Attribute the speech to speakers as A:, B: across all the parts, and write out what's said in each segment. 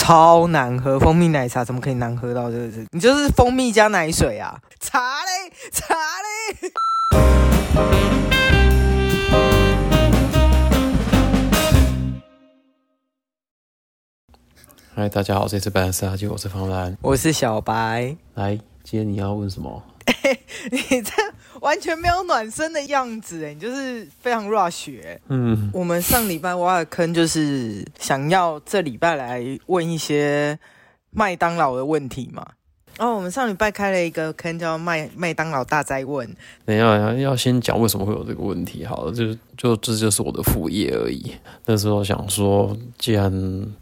A: 超难喝，蜂蜜奶茶怎么可以难喝到这个？你就是蜂蜜加奶水啊！茶嘞，茶嘞。
B: 嗨，大家好，这里是白兰斯阿基，我是方兰。
A: 我是小白，
B: 来，今天你要问什么？
A: 你这完全没有暖身的样子哎，你就是非常 rush 哎。
B: 嗯，
A: 我们上礼拜挖的坑就是想要这礼拜来问一些麦当劳的问题嘛。哦，我们上礼拜开了一个坑叫麦麦当劳大灾问，
B: 等一下啊要要先讲为什么会有这个问题。好了，就就这就是我的副业而已。那时候想说，既然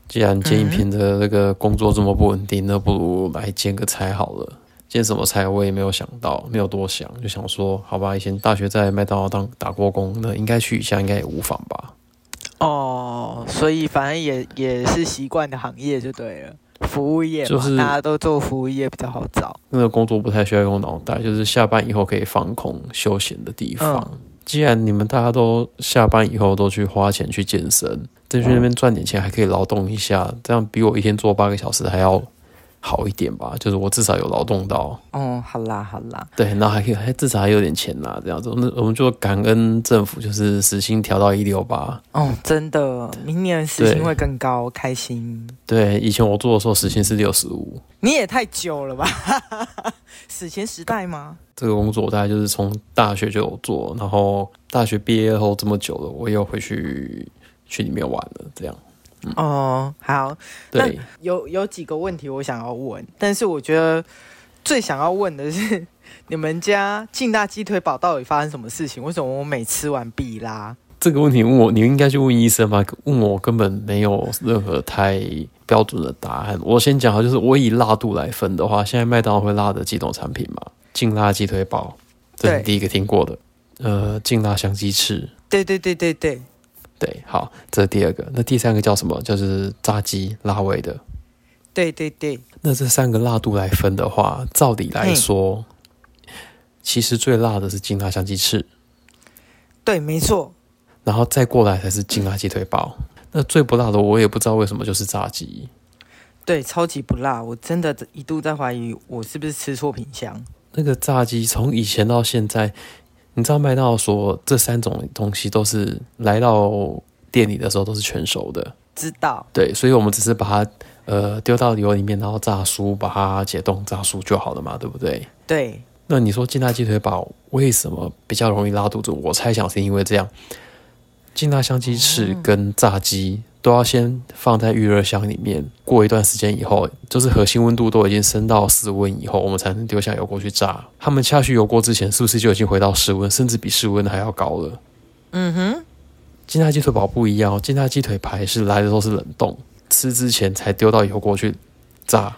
B: 既然建一平的那个工作这么不稳定，那不如来兼个差好了。兼什么差我也没有想到，没有多想，就想说，好吧，以前大学在麦当劳当打过工，那应该去一下，应该也无妨吧。
A: 哦，所以反正也也是习惯的行业就对了，服务业嘛，
B: 就是
A: 大家都做服务业比较好找。
B: 那个工作不太需要用脑袋，就是下班以后可以放空休闲的地方。
A: 嗯
B: 既然你们大家都下班以后都去花钱去健身，再去那边赚点钱，还可以劳动一下，这样比我一天做八个小时还要好一点吧。就是我至少有劳动到，
A: 哦，好啦好啦，
B: 对，那还可以，还至少还有点钱拿，这样子。那我们就感恩政府，就是时薪调到一六八。
A: 哦，真的，明年时薪
B: 对
A: 会更高，开心。
B: 对，以前我做的时候时薪是六十五，
A: 你也太久了吧， 史前时代吗？
B: 这个工作我大概就是从大学就有做，然后大学毕业后这么久了，我又回去去里面玩了，这样。
A: 哦，好，
B: 对，
A: 有有几个问题我想要问，但是我觉得最想要问的是， 你们家劲大鸡腿堡到底发生什么事情？为什么我每吃完必拉？
B: 这个问题问我，你应该去问医生吧？问我根本没有任何太标准的答案。我先讲好，就是我以辣度来分的话，现在麦当劳会辣的几种产品嘛？劲辣鸡腿堡，这是
A: 对
B: 你第一个听过的。呃，劲辣香鸡翅，
A: 对对对对对，
B: 对，好，这是第二个。那第三个叫什么？就是炸鸡辣味的。
A: 对对对，
B: 那这三个辣度来分的话，照理来说，其实最辣的是劲辣香鸡翅，
A: 对，没错。
B: 然后再过来才是劲辣鸡腿堡。那最不辣的，我也不知道为什么就是炸鸡。
A: 对，超级不辣，我真的一度在怀疑我是不是吃错品相。
B: 那个炸鸡从以前到现在，你知道麦当劳说这三种东西都是来到店里的时候都是全熟的，
A: 知道，
B: 对，所以我们只是把它呃丢到油里面，然后炸酥，把它解冻炸酥就好了嘛，对不对？
A: 对，
B: 那你说劲辣鸡腿堡为什么比较容易拉肚子？我猜想是因为这样，劲辣香鸡翅跟炸鸡都要先放在预热箱里面，过一段时间以后，就是核心温度都已经升到室温以后，我们才能丢下油锅去炸。他们下去油锅之前，是不是就已经回到室温，甚至比室温还要高了？
A: 嗯哼，
B: 劲辣鸡腿堡不一样哦，劲辣鸡腿排是来的时候是冷冻，吃之前才丢到油锅去炸。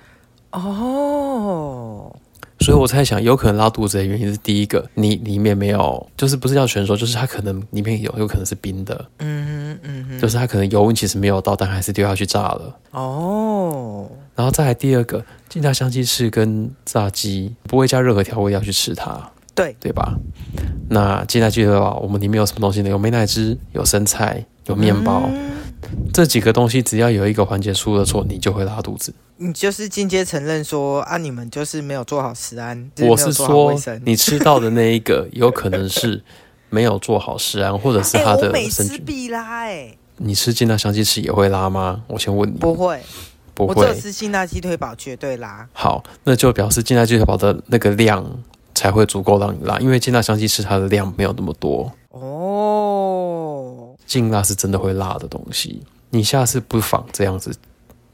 A: 哦，
B: 所以我猜想，有可能拉肚子的原因是第一个，你里面没有，就是不是叫全熟，就是它可能里面有，有可能是冰的，
A: 嗯哼，嗯哼，
B: 就是它可能油温其实没有到，但还是丢下去炸了。
A: 哦，
B: 然后再来第二个，劲辣香鸡翅跟炸鸡不会加任何调味料去吃它，
A: 对，
B: 对吧？那劲辣鸡腿堡，我们里面有什么东西呢？有美乃滋，有生菜，有面包，
A: 嗯
B: 这几个东西只要有一个环节出了错，你就会拉肚子。
A: 你就是进阶承认说啊，你们就是没有做好食安，就
B: 我
A: 没有
B: 是
A: 做好
B: 说
A: 卫生，。
B: 你吃到的那一个有可能是没有做好食安，或者是
A: 哎、
B: 它
A: 我
B: 的
A: 每
B: 生
A: 次
B: 菌。
A: 必拉、哎，
B: 你吃劲辣香鸡翅也会拉吗？我先问你，
A: 不会，
B: 不
A: 我只有
B: 会。
A: 吃辛辣鸡腿堡绝对拉。
B: 好，那就表示劲辣鸡腿堡的那个量才会足够让你拉，因为劲辣香鸡翅它的量没有那么多，
A: 哦，
B: 劲辣是真的会辣的东西。你下次不妨这样子，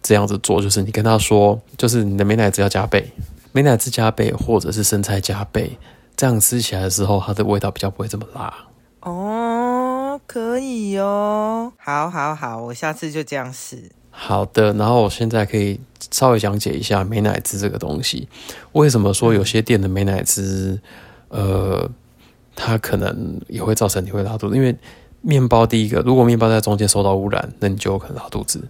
B: 这样子做，就是你跟他说，就是你的美乃滋要加倍，美乃滋加倍，或者是生菜加倍，这样吃起来的时候，它的味道比较不会这么辣。
A: 哦，可以哦，好好好，我下次就这样试。
B: 好的，然后我现在可以稍微讲解一下美乃滋这个东西。为什么说有些店的美乃滋，呃，它可能也会造成你会拉肚子？因为面包第一个，如果面包在中间受到污染，那你就有可能拉肚子。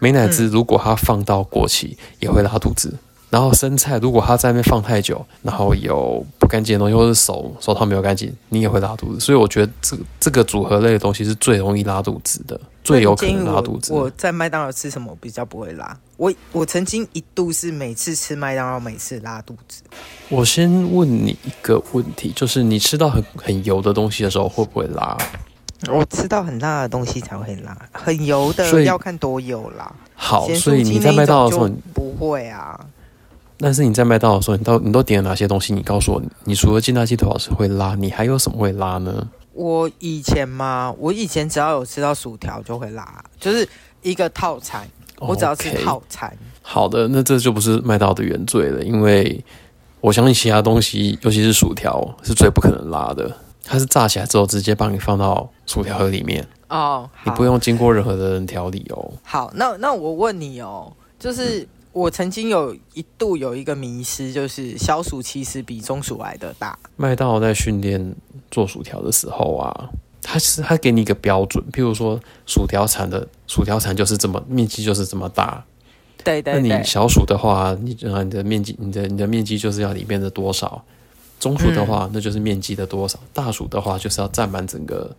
B: 美乃滋如果它放到过期，也会拉肚子。然后生菜如果它在那边放太久，然后有不干净的东西，或是手手套没有干净，你也会拉肚子。所以我觉得这这个组合类的东西是最容易拉肚子的。最有可能
A: 那你
B: 拉
A: 建议我
B: 肚子。
A: 我在麦当劳吃什么我比较不会拉？我我曾经一度是每次吃麦当劳每次拉肚子，
B: 我先问你一个问题，就是你吃到很很油的东西的时候会不会拉？
A: 我吃到很辣的东西才会拉，很油
B: 所
A: 的
B: 以
A: 要看多油啦。
B: 好，
A: 咸
B: 所以
A: 酥鸡
B: 你在
A: 那一
B: 麦当劳的时
A: 种
B: 候，
A: 就
B: 你
A: 不会啊？
B: 但是你在麦当劳的时候，你到你都点了哪些东西？你告诉我，你除了劲辣鸡腿好吃会拉，你还有什么会拉呢？
A: 我以前嘛，我以前只要有吃到薯条就会拉，就是一个套餐，我只要吃
B: OK
A: 套餐。
B: 好的，那这就不是麦当劳的原罪了，因为我相信其他东西，尤其是薯条，是最不可能拉的。它是炸起来之后直接帮你放到薯条盒里面，
A: 哦，
B: 你
A: 好
B: 不用经过任何的人调理哦。
A: 好，那那我问你哦，就是我曾经有一度有一个迷失，就是小暑其实比中暑来的大。
B: 麦当劳在训练做薯条的时候啊，它是它给你一个标准，譬如说薯条产的薯条产就是这么面积就是这么大，
A: 对
B: 那
A: 对
B: 你
A: 对，
B: 小薯的话，你呃你的面积你的你的面积就是要里面的多少，中薯的
A: 嗯
B: 话、那就是面积的多少，大薯的话就是要占满整个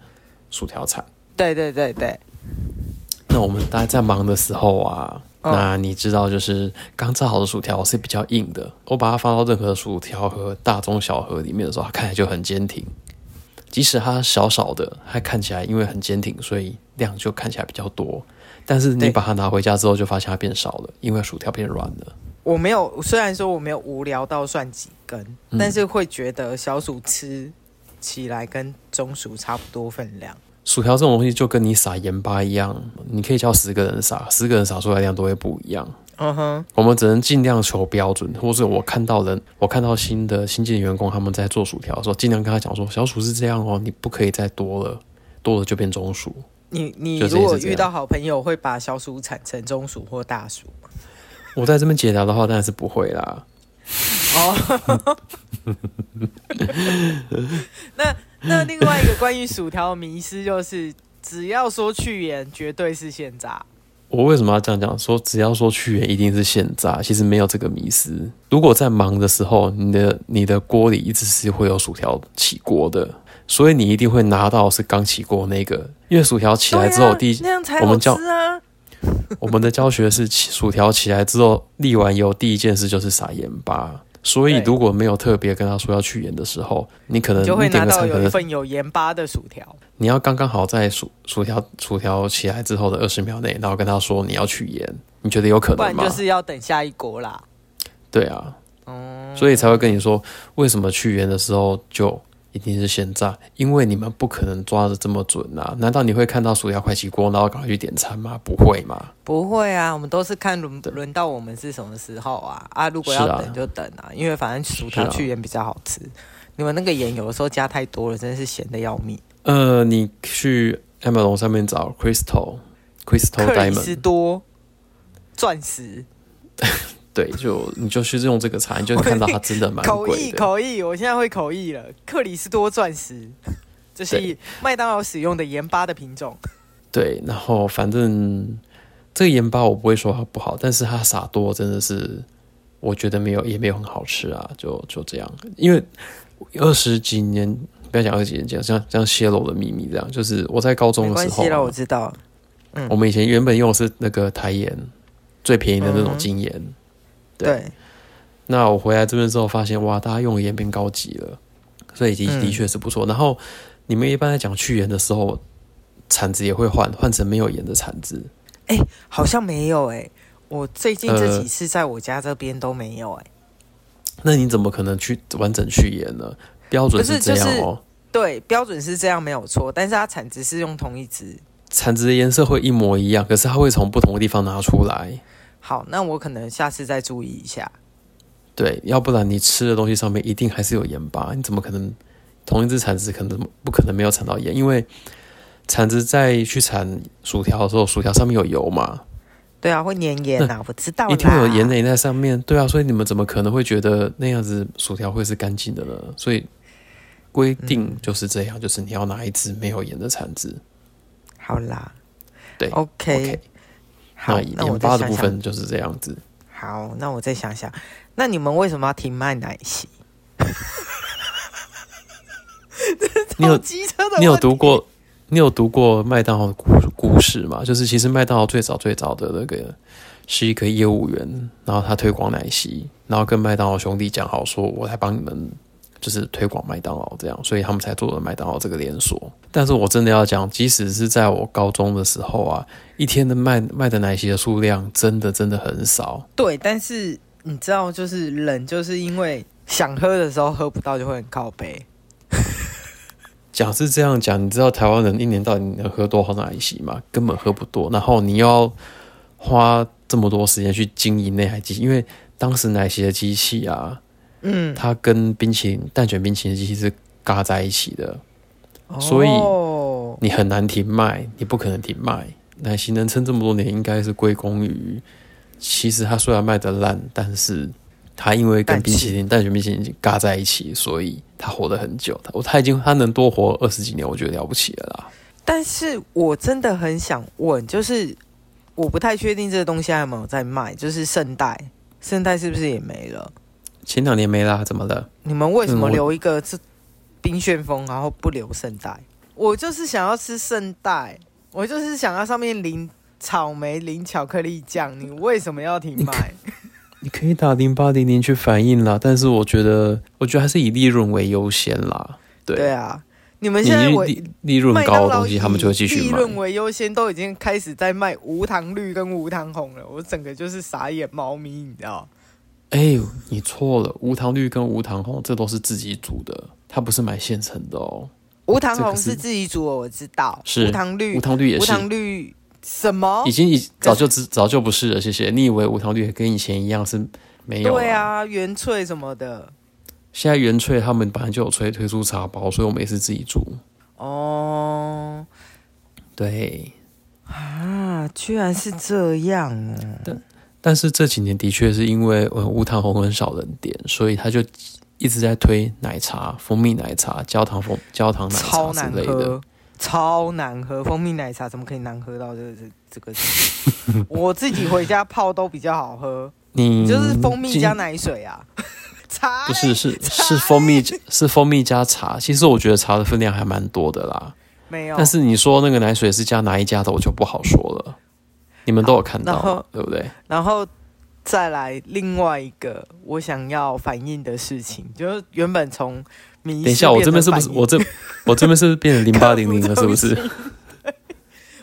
B: 薯条产。
A: 对对对对，
B: 那我们大家在忙的时候啊，
A: 哦
B: 那你知道就是刚炸好的薯条是比较硬的，我把它放到任何薯条盒大中小盒里面的时候，它看起来就很坚挺。即使它小小的，它看起来因为很坚挺，所以量就看起来比较多。但是你
A: 对
B: 把它拿回家之后，就发现它变少了，因为薯条变软了。
A: 我没有，虽然说我没有无聊到算几根，
B: 嗯
A: 但是会觉得小暑吃起来跟中暑差不多分量。
B: 薯条这种东西就跟你撒盐巴一样，你可以叫十个人撒，十个人撒出来的量都会不一样。
A: 嗯哼，
B: 我们只能尽量求标准，或者我看到人，我看到新的新进的员工他们在做薯条的时候，尽量跟他讲说，小薯是这样哦，你不可以再多了，多了就变中薯。
A: 你你
B: 就这
A: 如果
B: 也是这样
A: 遇到好朋友，会把小暑产成中暑或大暑吗？
B: 我在这边解答的话，当然是不会啦。
A: 哦， 那那另外一个关于薯条的迷思就是，只要说去盐，绝对是现炸。
B: 我为什么要这样讲？说只要说去源一定是现炸，其实没有这个迷思。如果在忙的时候，你的你的锅里一直是会有薯条起锅的，所以你一定会拿到是刚起锅那个。因为薯条起来之后，
A: 对啊
B: 第一
A: 那样才
B: 我
A: 好
B: 们
A: 吃
B: 叫嗯
A: 啊。
B: 我们的教学是起薯条起来之后沥完油，第一件事就是撒盐巴。所以
A: 对
B: 如果没有特别跟他说要去盐的时候，你可能
A: 就会
B: 你点
A: 拿到
B: 个餐，可
A: 有一
B: 能
A: 份有盐巴的薯条。
B: 你要刚刚好在薯薯条薯条起来之后的二十秒内，然后跟他说你要去盐，你觉得有可
A: 不
B: 能
A: 然
B: 吗？
A: 就是要等下一锅啦。
B: 对啊，
A: 哦
B: 所以才会跟你说为什么去盐的时候就一定是现炸，因为你们不可能抓的这么准啊！难道你会看到薯条快起锅，然后赶快去点餐吗？不会嘛。
A: 不会啊，我们都是看轮轮到我们是什么时候啊啊！如果
B: 是啊
A: 要等就等啊，因为反正薯条
B: 是啊
A: 去盐比较好吃。你们那个盐有的时候加太多了，真是咸的要命。
B: 呃，你去 Amazon 上面找 Crystal Crystal
A: 克里斯
B: Diamond，
A: 多钻石。
B: 对，就你就是用这个查，你就看到它真的 蛮
A: 口
B: 贵
A: 译
B: 的。
A: 口译，我现在会口译了。克里斯多钻石， 这是
B: 对
A: 麦当劳使用的盐巴的品种。
B: 对，然后反正这个盐巴我不会说它不好，但是它撒多真的是，我觉得没有也没有很好吃啊，就就这样。因为二十几年，不要讲二十几年，讲这样这样泄露我的秘密，这样就是我在高
A: 没
B: 中的
A: 关
B: 时候
A: 系啦，
B: 啊、
A: 我知道。
B: 我们以前原本用的是那个台盐，最便宜的那
A: 嗯
B: 种
A: 哼
B: 精盐。对
A: 对，
B: 那我回来这边之后发现，哇，大家用的盐变高级了，所以的
A: 嗯
B: 的确是不错。然后你们一般在讲去盐的时候，铲子也会换，换成没有盐的铲子。
A: 好像没有哎、我最近
B: 呃
A: 这几次在我家这边都没有哎、
B: 那你怎么可能去完整去盐呢？标准
A: 不是
B: 这样
A: 就是
B: 哦，
A: 对，标准是这样没有错，但是它产值是用同一只。
B: 铲子的颜色会一模一样，可是它会从不同的地方拿出来。
A: 好，那我可能下次再注意一下。
B: 对，要不然你吃的东西上面一定还是有盐巴，你怎么可能同一只铲子可能不可能没有铲到盐？因为铲子在去铲薯条的时候，薯条上面有油嘛，
A: 对啊，会粘盐啊，我知道啦。
B: 一定会有盐垒在上面，对啊，所以你们怎么可能会觉得那样子薯条会是干净的呢？所以规定就是这样，就是你要拿一只没有盐的铲子。
A: 好啦，
B: 对
A: OK，,
B: OK，
A: 好，
B: 那
A: 那
B: 盐
A: 我再
B: 巴的
A: 想
B: 部
A: 想。
B: 分就是这样子。
A: 好，那我再想想，那你们为什么要停卖奶 昔？
B: 你有
A: 机车的问题
B: 你有读过你有读过麦当劳的故故事吗？就是其实麦当劳最早最早的那个是一个业务员，然后他推广奶昔，然后跟麦当劳兄弟讲好说，我来帮你们就是推广麦当劳这样，所以他们才做了麦当劳这个连锁。但是我真的要讲，即使是在我高中的时候啊，一天的卖卖的奶昔的数量真的真的很少。
A: 对，但是你知道，就是人就是因为想喝的时候喝不到，就会很靠背。
B: 讲是这样讲，你知道台湾人一年到底能喝多少奶昔吗？根本喝不多。然后你要花这么多时间去经营那台机器，因为当时奶昔的机器啊，
A: 嗯，
B: 它跟冰淇淋蛋卷冰淇淋的机器是嘎在一起的，所以
A: 哦
B: 你很难停卖，你不可能停卖。奶昔能撑这么多年，应该是归功于，其实它虽然卖的烂，但是它因为跟
A: 但是
B: 冰淇淋、蛋卷冰淇淋嘎在一起，所以它活得很久。它它已经它能多活二十几年，我觉得了不起了啦。
A: 但是我真的很想问，就是我不太确定这个东西还有没有在卖，就是圣代，圣代是不是也没了？
B: 前两年没啦，怎么了？
A: 你们为什么
B: 嗯我
A: 留一个这冰旋风，然后不留圣代？我就是想要吃圣代，我就是想要上面淋草莓、淋巧克力酱，你为什么要停卖？
B: 你可以打零八零零去反映啦，但是我觉得，我觉得还是以利润为优先啦。 对，
A: 对啊，你们
B: 你
A: 现在我
B: 利利润
A: 麦
B: 高
A: 当
B: 的
A: 劳
B: 东
A: 以
B: 西，他们就会继续
A: 利
B: 买。
A: 润为优先，都已经开始在卖无糖绿跟无糖红了，我整个就是傻眼猫咪，你知道？
B: 哎、呦，你错了，无糖绿跟无糖红，这都是自己煮的，它不是买现成的哦。
A: 无糖
B: 这个
A: 红
B: 是
A: 是自己煮的，我知道。
B: 是
A: 无糖绿，
B: 无糖绿也
A: 无
B: 是，
A: 糖哦绿什么
B: 已？经已早就知早就不是了。谢谢，你以为无糖绿跟以前一样是没有？
A: 对，啊，原萃什么的。
B: 现在原萃他们本来就有推推出茶包，所以我们也是自己煮。
A: 哦
B: 对，
A: 啊，居然是这样哦！
B: 但是这几年的确是因为呃无糖红很少人点，所以他就一直在推奶茶、蜂蜜奶茶、焦糖蜂焦糖奶茶
A: 超
B: 之
A: 难
B: 类的
A: 喝。，超难喝，蜂蜜奶茶怎么可以难喝到这个这这个？我自己回家泡都比较好喝，
B: 你
A: 就是蜂蜜
B: 今
A: 加奶水啊， 茶
B: 嗯不 是是是蜂蜜加是蜂蜜加茶。其实我觉得茶的分量还蛮多的啦，
A: 没有。
B: 但是你说那个奶水是加哪一家的，我就不好说了。你们都有看
A: 哦然后
B: 到，对不对？
A: 然后再来另外一个我想要反映的事情，就是原本从迷
B: 等一下，我这边是不是
A: 变成反映
B: 我这我这边是不是 变成零八零零
A: 客
B: 了？
A: 服
B: 是
A: 中
B: 不
A: 心
B: 是？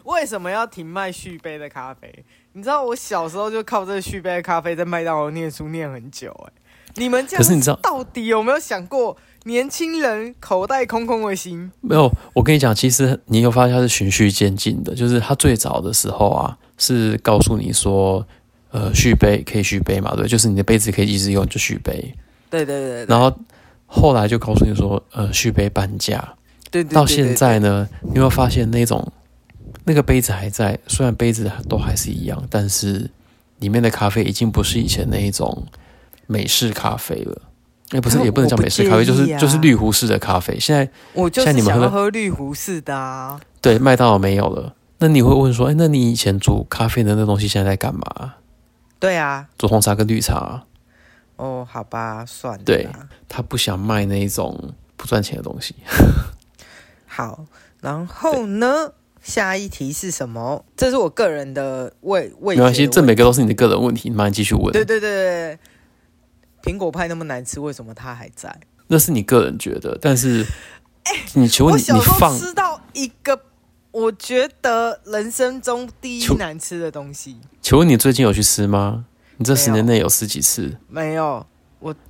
A: 为什么要停卖续杯的咖啡？你知道我小时候就靠这个续杯的咖啡在麦当劳念书念很久、哎，你们这样，
B: 可是你知道
A: 到底有没有想过年轻人口袋空空的心？
B: 没有，我跟你讲，其实你有发现它是循序渐进的，就是它最早的时候啊，是告诉你说，呃，续杯可以续杯嘛，对，就是你的杯子可以一直用就续杯，
A: 对对对对
B: 然后后来就告诉你说，呃，续杯半价，
A: 对对，
B: 到现在呢，你会发现那种那个杯子还在，虽然杯子都还是一样，但是里面的咖啡已经不是以前那一种美式咖啡了。哎，不是，
A: 可
B: 也不能
A: 我
B: 讲
A: 不
B: 美式咖啡，
A: 介
B: 就
A: 意
B: 是就是
A: 啊
B: 绿壶式的咖啡。现在
A: 我就
B: 现在
A: 是
B: 你们
A: 想
B: 喝
A: 要
B: 的
A: 喝绿胡士的啊。
B: 对，麦当劳没有了。那你会问说，哎，那你以前煮咖啡的那东西现在在干嘛？
A: 对啊，
B: 煮红茶跟绿茶，
A: 哦，好吧，算了啦。
B: 对他不想卖那一种不赚钱的东西。
A: 好，然后呢？下一题是什么？这是我个人的味味觉的问
B: 没关
A: 题。
B: 系，这每个都是你的个人问题，妈你继续问。
A: 对对对对对，苹果派那么难吃，为什么它还在？
B: 那是你个人觉得，但是你请
A: 哎
B: 问
A: 我
B: 你
A: 小
B: 你
A: 时候
B: 放
A: 吃到一个我觉得人生中第一
B: 就
A: 难吃的东西，
B: 请问你最近有去吃吗？你这
A: 没有
B: 十年内有吃几次？
A: 没有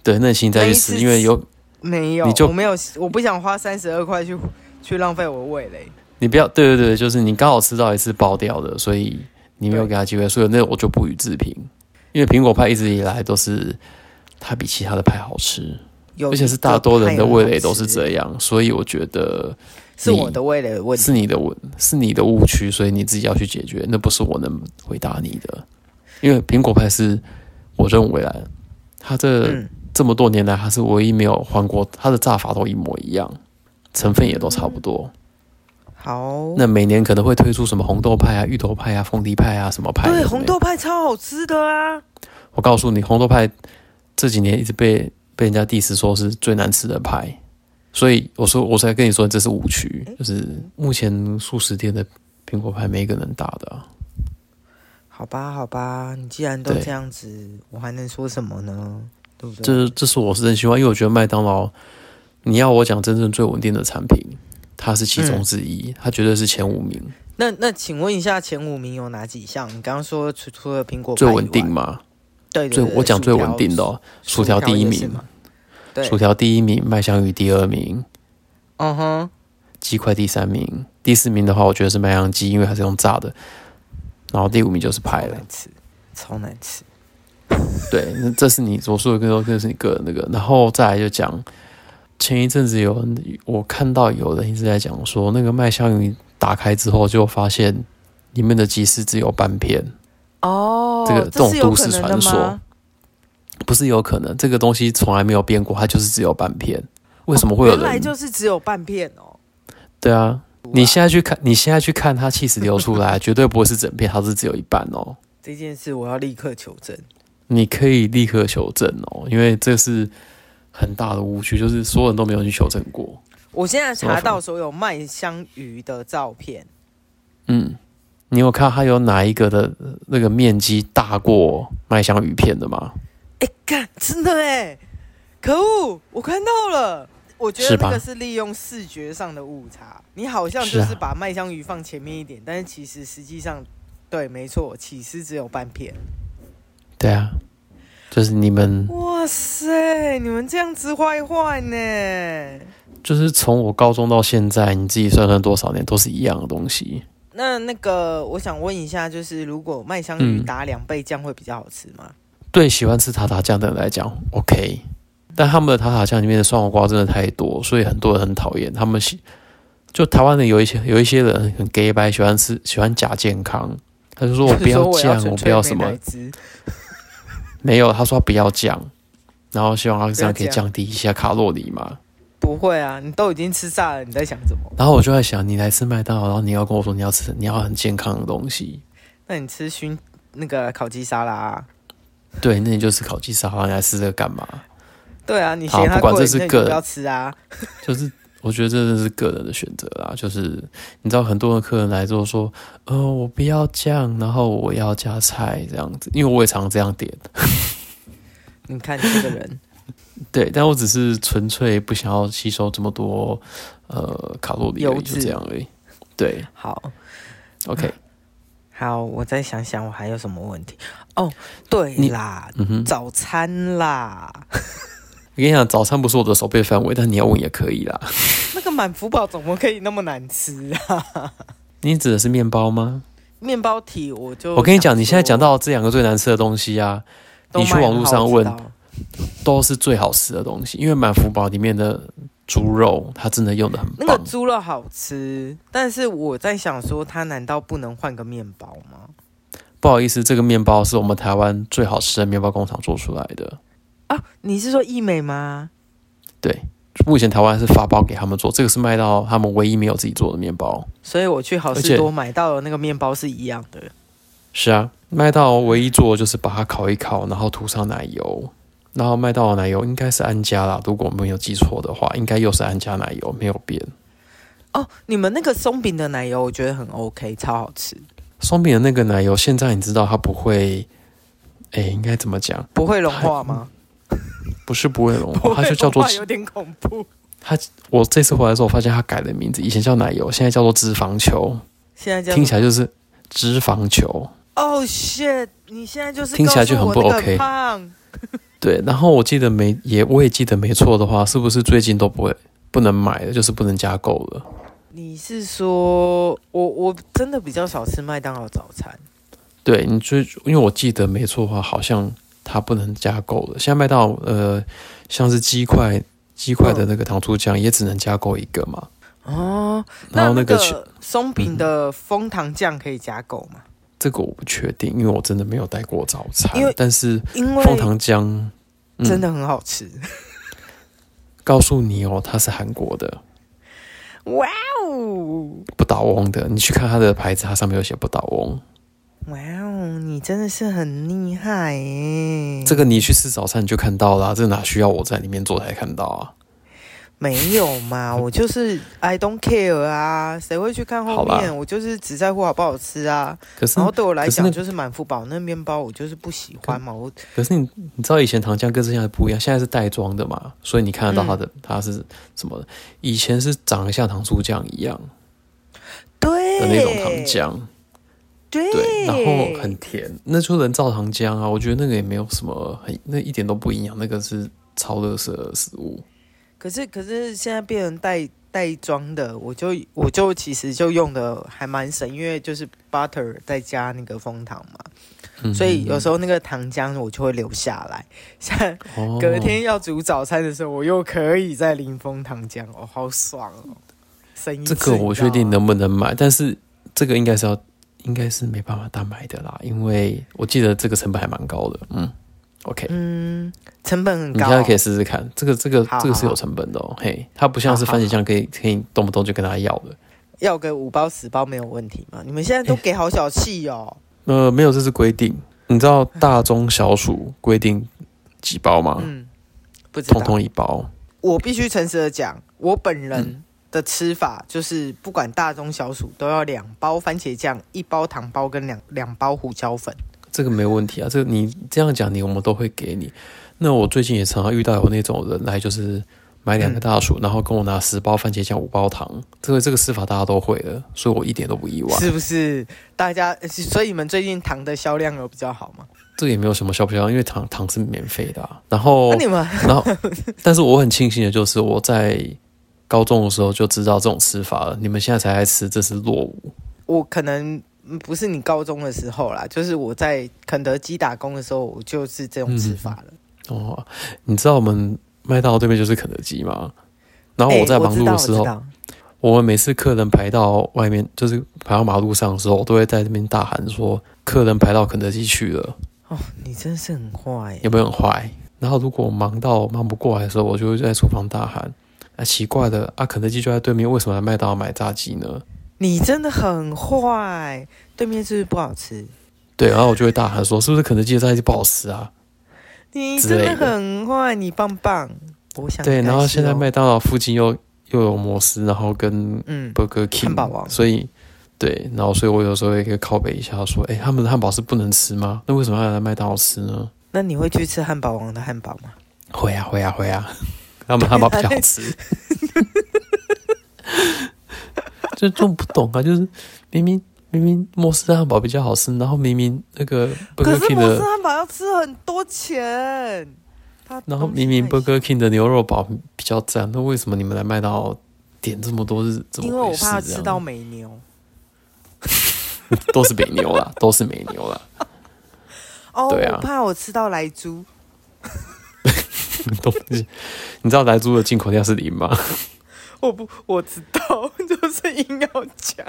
B: 对，那你请你再去
A: 那
B: 吃，
A: 一次
B: 因为有
A: 没有，
B: 你就
A: 我没有，我不想花三十二块去去浪费我的味蕾。
B: 你不要对对对，就是你刚好吃到一次爆掉的，所以你没有给他机会，所以那我就不予置评。因为苹果派一直以来都是它比其他的派好吃，
A: 有
B: 而且是
A: 一个
B: 大多人的味蕾都是
A: 派
B: 这
A: 很好
B: 样，所以我觉得
A: 吃，是我的味蕾的问
B: 是
A: 题。
B: 你的误是你的误区，所以你自己要去解决，那不是我能回答你的。因为苹果派是我认为啦，啊它这、
A: 嗯，
B: 这么多年来，它是唯一没有换过，它的炸法都一模一样，成分也都差不多。
A: 嗯好。
B: 那每年可能会推出什么红豆派啊、芋头派啊、凤梨派啊什么派？
A: 对，红豆。派超好吃的啊！
B: 我告诉你，红豆派这几年一直被被人家 diss 说是最难吃的派，所以我说我才跟你说这是误区，
A: 嗯
B: 就是目前素食店的苹果派没一个能打的、啊。
A: 好吧，好吧，你既然都
B: 对
A: 这样子，我还能说什么呢？对不对？
B: 这这是我是真心话，因为我觉得麦当劳，你要我讲真正最稳定的产品，它是其中之
A: 嗯
B: 一，它绝对是前五名，
A: 那那请问一下，前五名有哪几项？你刚刚说除除了苹果
B: 最
A: 派以
B: 稳定
A: 外，
B: 嘛，
A: 对
B: 最
A: 对对，
B: 我讲最稳定的、
A: 哦，
B: 哦，薯条第一
A: 也是
B: 名
A: 嘛，对，
B: 薯条第一名，麦香鱼第二名，
A: 嗯哼，
B: 鸡块第三名，第四名的话，我觉得是麦香鸡，因为它是用炸的，然后第五名就是
A: 超
B: 派了。
A: 难吃，超难吃。
B: 对，那这是你所说的更多，这是你个人那个。然后再来就讲，前一阵子有人，我看到有人一直在讲说，那个麦香鱼打开之后，就发现里面的鸡翅只有半片，
A: 哦，
B: 这个这种
A: 是有
B: 都
A: 可
B: 市
A: 能
B: 传
A: 的
B: 说
A: 吗
B: 不是有可能，这个东西从来没有变过，它就是只有半片。为什么会有
A: 哦原来
B: 人？
A: 就是只有半片哦。
B: 对啊，你现在去看，你现在去看它气死流出来，绝对不会是整片，它是只有一半哦。
A: 这件事我要立刻求证。
B: 你可以立刻求证哦，因为这是很大的误区，就是所有人都没有去求证过。
A: 我现在查到所有麦香鱼的照片，
B: 嗯，你有看它有哪一个的呃那个面积大过麦香鱼片的吗？
A: 哎，干，真的哎，可恶，我看到了。我觉得
B: 是吧
A: 那个是利用视觉上的误差，你好像
B: 是
A: 就
B: 啊
A: 是把麦香鱼放前面一点，但是其实实际上，对，没错，起司只有半片。
B: 对啊，就是你们，
A: 哇塞，你们这样子坏坏呢？
B: 就是从我高中到现在，你自己算算多少年，都是一样的东西。
A: 那那个，我想问一下，就是如果麦香鱼
B: 嗯
A: 打两倍酱会比较好吃吗？
B: 对喜欢吃塔塔酱的人来讲，OK，但他们的塔塔酱里面的酸黄瓜真的太多，所以很多人很讨厌。他们喜就台湾人有一些有一些人很 gay 白，喜欢吃喜欢假健康，他就说我
A: 就是
B: 不要
A: 说我
B: 酱，我
A: 纯
B: 不
A: 粹
B: 要
A: 美
B: 什么
A: 乃，滋
B: 没有，他说他不要酱，然后希望他这样可以
A: 不要酱
B: 降低一下卡路里嘛。
A: 不会啊，你都已经吃炸了，你在想什么？
B: 然后我就在想，你来吃麦当劳，然后你要跟我说你要吃你要很健康的东西，
A: 那你吃熏那个烤鸡沙拉、啊？
B: 对，那你就吃烤鸡沙拉，你来吃这个干嘛？
A: 对啊，你
B: 好
A: 嫌它
B: 不管
A: 贵，
B: 这是
A: 那你
B: 个
A: 就
B: 人
A: 不要吃啊。
B: 就是我觉得这真的是个人的选择啦，就是你知道很多的客人来之后说，呃，我不要酱，然后我要加菜这样子，因为我也常这样点，
A: 你看这个人，
B: 对，但我只是纯粹不想要吸收这么多呃卡路里而已，
A: 油脂
B: 就这样而已。对
A: 好
B: ，OK，
A: 好，我再想想我还有什么问题。哦，对
B: 你
A: 啦，
B: 嗯哼，
A: 早餐啦，
B: 我跟你讲，早餐不是我的手背范围，但你要问也可以啦。
A: 那个满福宝怎么可以那么难吃啊？
B: 你指的是面包吗？
A: 面包体我就
B: 我跟你讲，你现在
A: 想
B: 讲
A: 说
B: 到这两个最难吃的东西啊，
A: 都
B: 你去
A: 卖
B: 网
A: 很
B: 络
A: 好
B: 上
A: 我知
B: 问
A: 道
B: 都是最好吃的东西，因为满福堡里面的猪肉，它真的用的很
A: 那
B: 棒
A: 个。猪肉好吃，但是我在想说，它难道不能换个面包吗？
B: 不好意思，这个面包是我们台湾最好吃的面包工厂做出来的。
A: 啊，你是说意美吗？
B: 目前台湾是发包给他们做，这个是卖到他们唯一没有自己做的面包。
A: 所以我去好
B: 而且
A: 事多买到的那个面包是一样的。
B: 是啊，麦当劳唯一做的就是把它烤一烤，然后涂上奶油。然后麦当劳奶油应该是安佳啦，如果我没有记错的话，应该又是安佳奶油，没有变。
A: 哦，你们那个松饼的奶油我觉得很 OK，超好吃，
B: 松饼的那个奶油，现在你知道它不会，哎，应该怎么讲？
A: 不会融化吗？
B: 不是不会 融
A: 不
B: 化，它
A: 会
B: 就叫
A: 融
B: 做
A: 化有点恐怖。
B: 我这次回来之后发现它改了名字，以前叫奶油，现在叫做脂肪球，
A: 现在这样
B: 听起来就是脂肪球。
A: 哦 shit！你现在就是
B: 听起来就
A: 告诉
B: 很不
A: 我那个
B: OK
A: 胖
B: 对，然后我记得没也我也记得没错的话，是不是最近都不会不能买了，就是不能加购了？
A: 你是说我我真的比较少吃麦当劳早餐，
B: 对你最因为我记得没错的话，好像它不能加购了。现在麦当劳呃，像是鸡块鸡块的那个糖醋酱也只能加购一个嘛，
A: 哦，
B: 然后
A: 那
B: 个嗯去
A: 个松饼的枫糖酱可以加购吗？
B: 这个我不确定，因为我真的没有带过早餐
A: 因为，
B: 但是
A: 因为
B: 枫糖浆、嗯
A: 真的很好吃。
B: 告诉你哦，它是韩国的。
A: 哇哦，
B: 不倒翁的，你去看它的牌子，它上面有写不倒翁。
A: 嗯哇哦，你真的是很厉害耶！
B: 这个你去吃早餐你就看到啦、这哪需要我在里面做才看到啊？
A: 没有 嘛，我就是 I don't care 啊，谁会去看后
B: 好啦
A: 面？我就是只在乎好不好吃啊。
B: 可是
A: 然后对我来
B: 可是
A: 讲，
B: 那
A: 就是满福堡那面包，我就是不喜欢嘛。我
B: 可是你你知道以前糖浆跟现在不一样，现在是袋装的嘛，所以你看得到它的、
A: 嗯
B: 它是什么的。以前是长得像糖醋酱一样
A: 对
B: 的那种糖，浆，
A: 对
B: 对，然
A: 哎
B: 后很甜，那就人造糖浆啊。我觉得那个也没有什么很，那一点都不营养，那个是超垃圾的食物。
A: 可是可是现在变成袋袋装的，我就我就其实就用的还蛮省，因为就是 butter 再加那个枫糖嘛，
B: 嗯
A: 所以有时候那个糖浆我就会留下来，像
B: 哦
A: 隔天要煮早餐的时候，我又可以再淋枫糖浆，哦，好爽哦！省一次
B: 这个我确定
A: 你知道吗
B: 能不能买，但是这个应该是要，应该是没办法单买的啦，因为我记得这个成本还蛮高的。嗯，OK，
A: 嗯，成本很
B: 你
A: 高
B: 现在可以试试看，这个这个
A: 好
B: 这个是有成本的哦，嘿，它不像是番茄酱可以可以动不动就跟他要的。
A: 要个五包十包没有问题嘛？你们现在都给好小气哦。
B: 呃，没有，这是规定。你知道大中小鼠规定几包吗？
A: 嗯，不知道。
B: 通通一包。
A: 我必须诚实的讲，我本人的吃法就是不管大中小鼠都要两包番茄酱、一包糖包跟两两包胡椒粉。
B: 这个没有问题啊，这个你这样讲你我们都会给你。那我最近也常常遇到有那种人来，就是买两个大
A: 嗯
B: 薯，然后跟我拿十包番茄酱、五包糖，这个这个吃法大家都会的，所以我一点都不意外。
A: 是不是？大家，呃所以你们最近糖的销量有比较好吗？
B: 这个也没有什么消不消，因为糖糖是免费的、啊。然后
A: 那、你们
B: 然后，但是我很庆幸的就是我在高中的时候就知道这种吃法了。你们现在才在吃，这是落伍。
A: 我可能嗯不是你高中的时候啦，就是我在肯德基打工的时候，我就是这种吃法了。
B: 哦，你知道我们麦当劳对面就是肯德基吗？然后
A: 哎
B: 嗯哦我在忙
A: 知
B: 碌
A: 道
B: 的时候，
A: 我知道
B: 我们每次客人排到外面，就是排到马路上的时候，我都会在那边大喊说：“客人排到肯德基去了。
A: 哦，你真是很坏欸耶。”
B: 有没有很坏？然后如果我忙到忙不过来的时候，我就会在厨房大喊：“啊，奇怪的啊，肯德基就在对面，为什么来麦当劳买炸鸡呢
A: 你真的很坏，对面是不是不好吃？？”
B: 对，然后我就会大喊说：“是不是肯德基的炸鸡不好吃啊？”
A: 你
B: 之
A: 真
B: 类
A: 的
B: 的
A: 很坏，你棒棒。我想
B: 对，
A: 应该
B: 然后
A: 是
B: 现在
A: 哦
B: 麦当劳附近又又有摩斯，然后跟
A: 嗯
B: Burger King，
A: 汉堡王
B: 所以对，然后所以我有时候也可以靠北一下说，哎，他们的汉堡是不能吃吗？那为什么要来麦当劳吃呢？
A: 那你会去吃汉堡王的汉堡吗？
B: 会啊，会啊，会啊， 他们汉堡比较
A: 啊
B: 好吃。 就弄不懂啊，就是明明明明摩斯汉堡比较好吃，然后明明那个 Burger
A: 可是
B: King
A: 摩斯
B: 的，
A: 汉堡要吃很多钱，它
B: 然后
A: 东西
B: 明明
A: 太
B: Burger King 的牛肉堡比较赞，那为什么你们来麦当劳点这么多是怎么
A: 因为我
B: 回事
A: 怕
B: 这
A: 吃
B: 样
A: 到美牛。
B: 都是美牛啦，都是美牛啦，
A: 哦，
B: 对啊
A: 我怕我吃到莱猪。
B: 都是。你知道莱猪的进口量是零吗？
A: 我不，我知道， 就是硬要讲。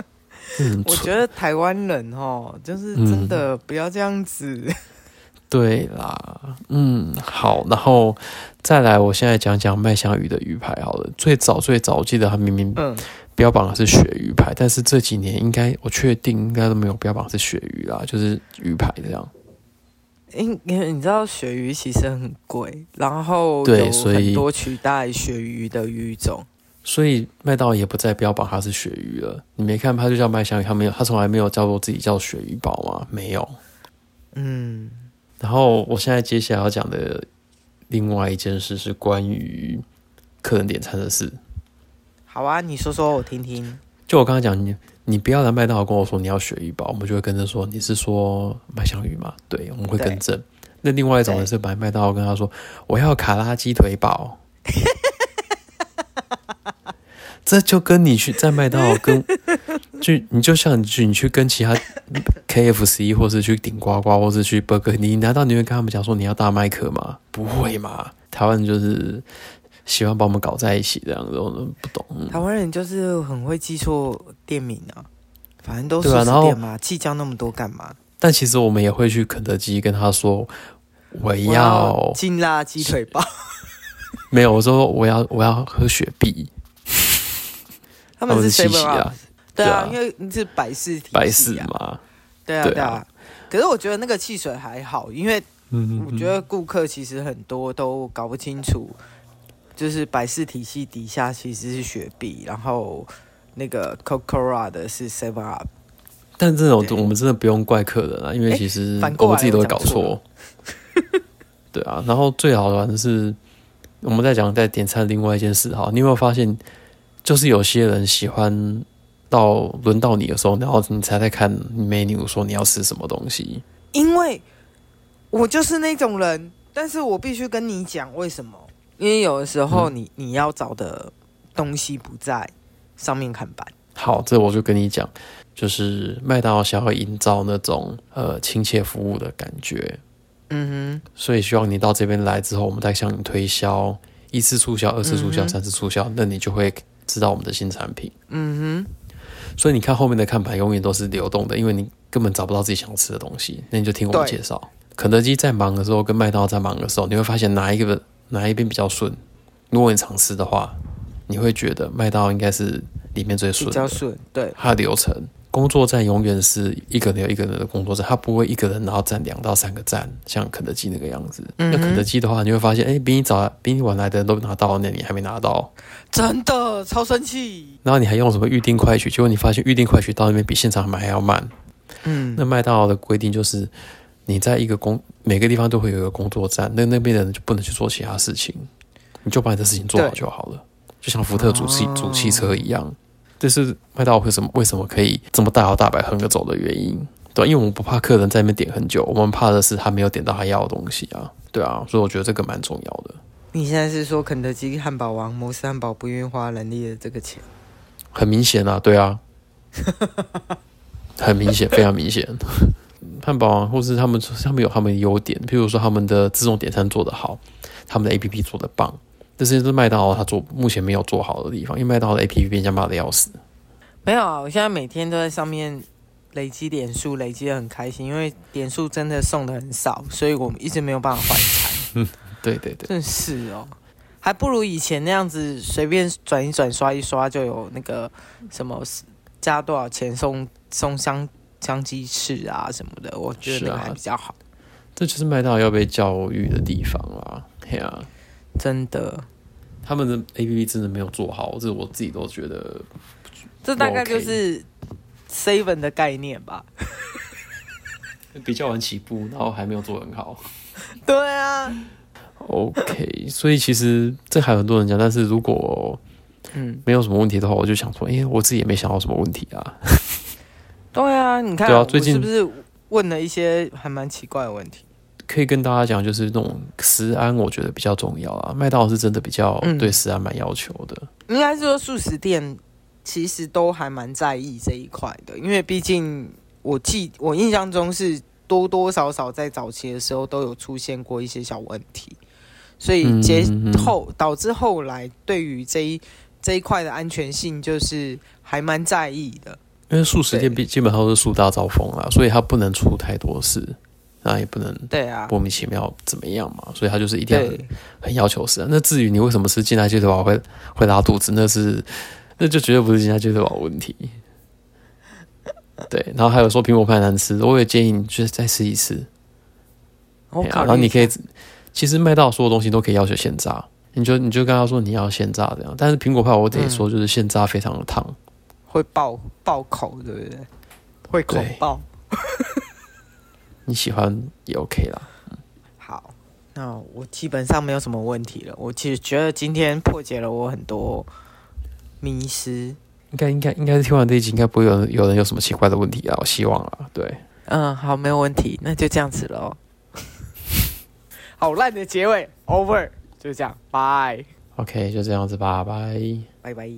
B: 嗯，
A: 我
B: 蠢
A: 觉得台湾人哦，就是真的不要这样子。
B: 对啦，嗯，好，然后再来，我现在讲讲麦香鱼的鱼排好了。最早最早，我记得它明明
A: 嗯，
B: 标榜的是鳕鱼排，但是这几年应该我确定应该都没有标榜是鳕鱼啦，就是鱼排这样。
A: 因因为你知道鳕鱼其实很贵，然后
B: 对
A: 有
B: 所以
A: 很多取代鳕鱼的鱼种。
B: 所以麦当劳也不再标榜它是鳕鱼了。你没看它就叫麦香鱼，它没有，它从来没有叫做自己叫鳕鱼堡吗？没有。
A: 嗯，
B: 然后我现在接下来要讲的另外一件事是关于客人点餐的事。
A: 好啊，你说说我听听。
B: 就我刚刚讲，你你不要来麦当劳跟我说你要鳕鱼堡，我们就会跟着说你是说麦香鱼嘛？对，我们会更正。那另外一种人是买麦当劳跟他说我要卡拉鸡腿堡，这就跟你去在麦当劳跟 去，你就像你去你去跟其他 KFC 或是去顶呱呱或是去 Burger，你难道你会跟他们讲说你要大麦克吗？不会嘛，台湾人就是喜欢把我们搞在一起这样子，我们不懂。嗯
A: 台湾人就是很会记错店名啊，反正都是
B: 对啊
A: 食
B: 然后
A: 店嘛，计较那么多干嘛？
B: 但其实我们也会去肯德基跟他说，我
A: 我
B: 要
A: 金辣鸡腿 堡，
B: 没有，我说我要我要喝雪碧，
A: 他们是
B: 七
A: seven
B: 喜
A: 啊
B: 啊，，
A: 对啊，因
B: 对
A: 为你是百事体系啊
B: 百事嘛，
A: 对啊
B: 对啊
A: 对啊。可是我觉得那个汽水还好，因为
B: 嗯，
A: 我觉得顾客其实很多都搞不清楚，就是百事体系底下其实是雪碧，然后那个 Cocora 的是 Seven Up。
B: 但这种
A: 对
B: 我们真的不用怪客人啊，因为
A: 诶
B: 其实
A: 反过来
B: 我自己都会
A: 我
B: 搞
A: 讲错
B: 错。 对啊，然后最好玩的是，我们在讲在点餐另外一件事哈，你有没有发现，就是有些人喜欢到轮到你的时候，然后你才在看 menu 说你要吃什么东西。
A: 因为我就是那种人，但是我必须跟你讲为什么，因为有的时候你、你要找的东西不在上面看板，
B: 好，这我就跟你讲，就是麦当劳想要营造那种呃亲切服务的感觉，
A: 嗯哼，
B: 所以希望你到这边来之后，我们再向你推销一次促销、二次促销、
A: 嗯哼
B: 三次促销，那你就会知道我们的新产品。
A: 嗯
B: 所以你看后面的看板永远都是流动的，因为你根本找不到自己想吃的东西，那你就听我们
A: 对
B: 介绍。肯德基在忙的时候跟麦当劳在忙的时候，你会发现哪一个哪一边比较顺。如果你常吃的话，你会觉得麦当劳应该是里面最
A: 哼，
B: 顺
A: 比
B: 的
A: 较，顺，对，
B: 它的流程。工作站永远是一个人有一个人的工作站，它不会一个人然后站两到三个站，像肯德基那个样子。
A: 嗯
B: 那
A: 哼
B: 肯德基的话，你会发现，哎、比你早、比你晚来的人都拿到，那你还没拿到，
A: 真的超生气，
B: 然后你还用什么预定快取，结果你发现预定快取到那边比现场买还要慢。
A: 嗯
B: 那麦当劳的规定就是，你在一个工每个地方都会有一个工作站，那那边的人就不能去做其他事情，你就把你的事情做好
A: 对
B: 就好了，就像福特主汽、
A: 哦
B: 主汽车一样。这是麦当劳为什么为什么可以这么大摇大摆横着走的原因，对、啊因为我们不怕客人在那边点很久，我们怕的是他没有点到他要的东西啊，对啊，所以我觉得这个蛮重要的，
A: 你现在是说肯德基、汉堡王、摩斯汉堡不愿意花人力的这个钱？
B: 很明显啊，对啊， 很明显，非常明显。汉堡啊，或是他们他们有他们的优点，譬如说他们的自动点餐做得好，他们的 APP 做得棒，这些是麦当劳它做目前没有做好的地方，因为麦当劳的 APP 被人家骂的要死。
A: 没有啊，我现在每天都在上面累积点数，累积的很开心，因为点数真的送的很少，所以我们一直没有办法换餐。
B: 对对对，
A: 真是哦，还不如以前那样子随便转一转、刷一刷就有那个什么加多少钱送送香香鸡翅啊什么的，我觉
B: 是
A: 得那
B: 啊
A: 个还比较好，
B: 这就是麦当劳要被教育的地方啦。嘿啊，
A: 真的。
B: 他们的 APP 真的没有做好，这我自己都觉得
A: 这大概
B: OK
A: 就是 seven 的概念吧。
B: 比较晚起步，然后还没有做得很好。
A: 对啊，
B: OK，所以其实这还有很多人讲，但是如果
A: 嗯，
B: 没有什么问题的话，我就想说，哎、我自己也没想到什么问题啊。
A: 对啊，你看，
B: 对啊
A: 我
B: 最近
A: 是不是问了一些还蛮奇怪的问题？
B: 可以跟大家讲，就是那种食安，我觉得比较重要啊。麦当劳是真的比较
A: 嗯
B: 对食安蛮要求的。
A: 应该是说素食店其实都还蛮在意这一块的，因为毕竟我记我印象中是多多少少在早期的时候都有出现过一些小问题，所以接
B: 嗯嗯嗯
A: 后、导致后来对于这一这一块的安全性就是还蛮在意的。
B: 因为素食店
A: 对
B: 基基本上都是树大招风啦，所以它不能出太多事，那也不能
A: 对啊，
B: 莫名其妙怎么样嘛，所以它就是一定要
A: 对，
B: 很要求食安。那至于你为什么吃进来鸡腿堡会会拉肚子，那是那就绝对不是进来鸡腿堡的问题。对，然后还有说苹果派难吃，我也建议你去再吃一次。
A: 我
B: 哎呀
A: 考虑一下、
B: 然后你可以，其实麦当劳所有东西都可以要求现炸，你就你就跟他说你要现炸这样。但是苹果派我得说，就是现炸非常的烫，
A: 会爆爆口，对不对？会口
B: 对
A: 爆。
B: 你喜欢也 OK 啦。
A: 好，那我基本上没有什么问题了。我其实觉得今天破解了我很多迷失。
B: 应该应该应该是听完这一集，应该不会有人有人有什么奇怪的问题啊，我希望啊，对，
A: 嗯，好，没有问题，那就这样子 喽。好烂的结尾，over，就这样，拜
B: ，OK，就这样子吧，拜。
A: 拜拜。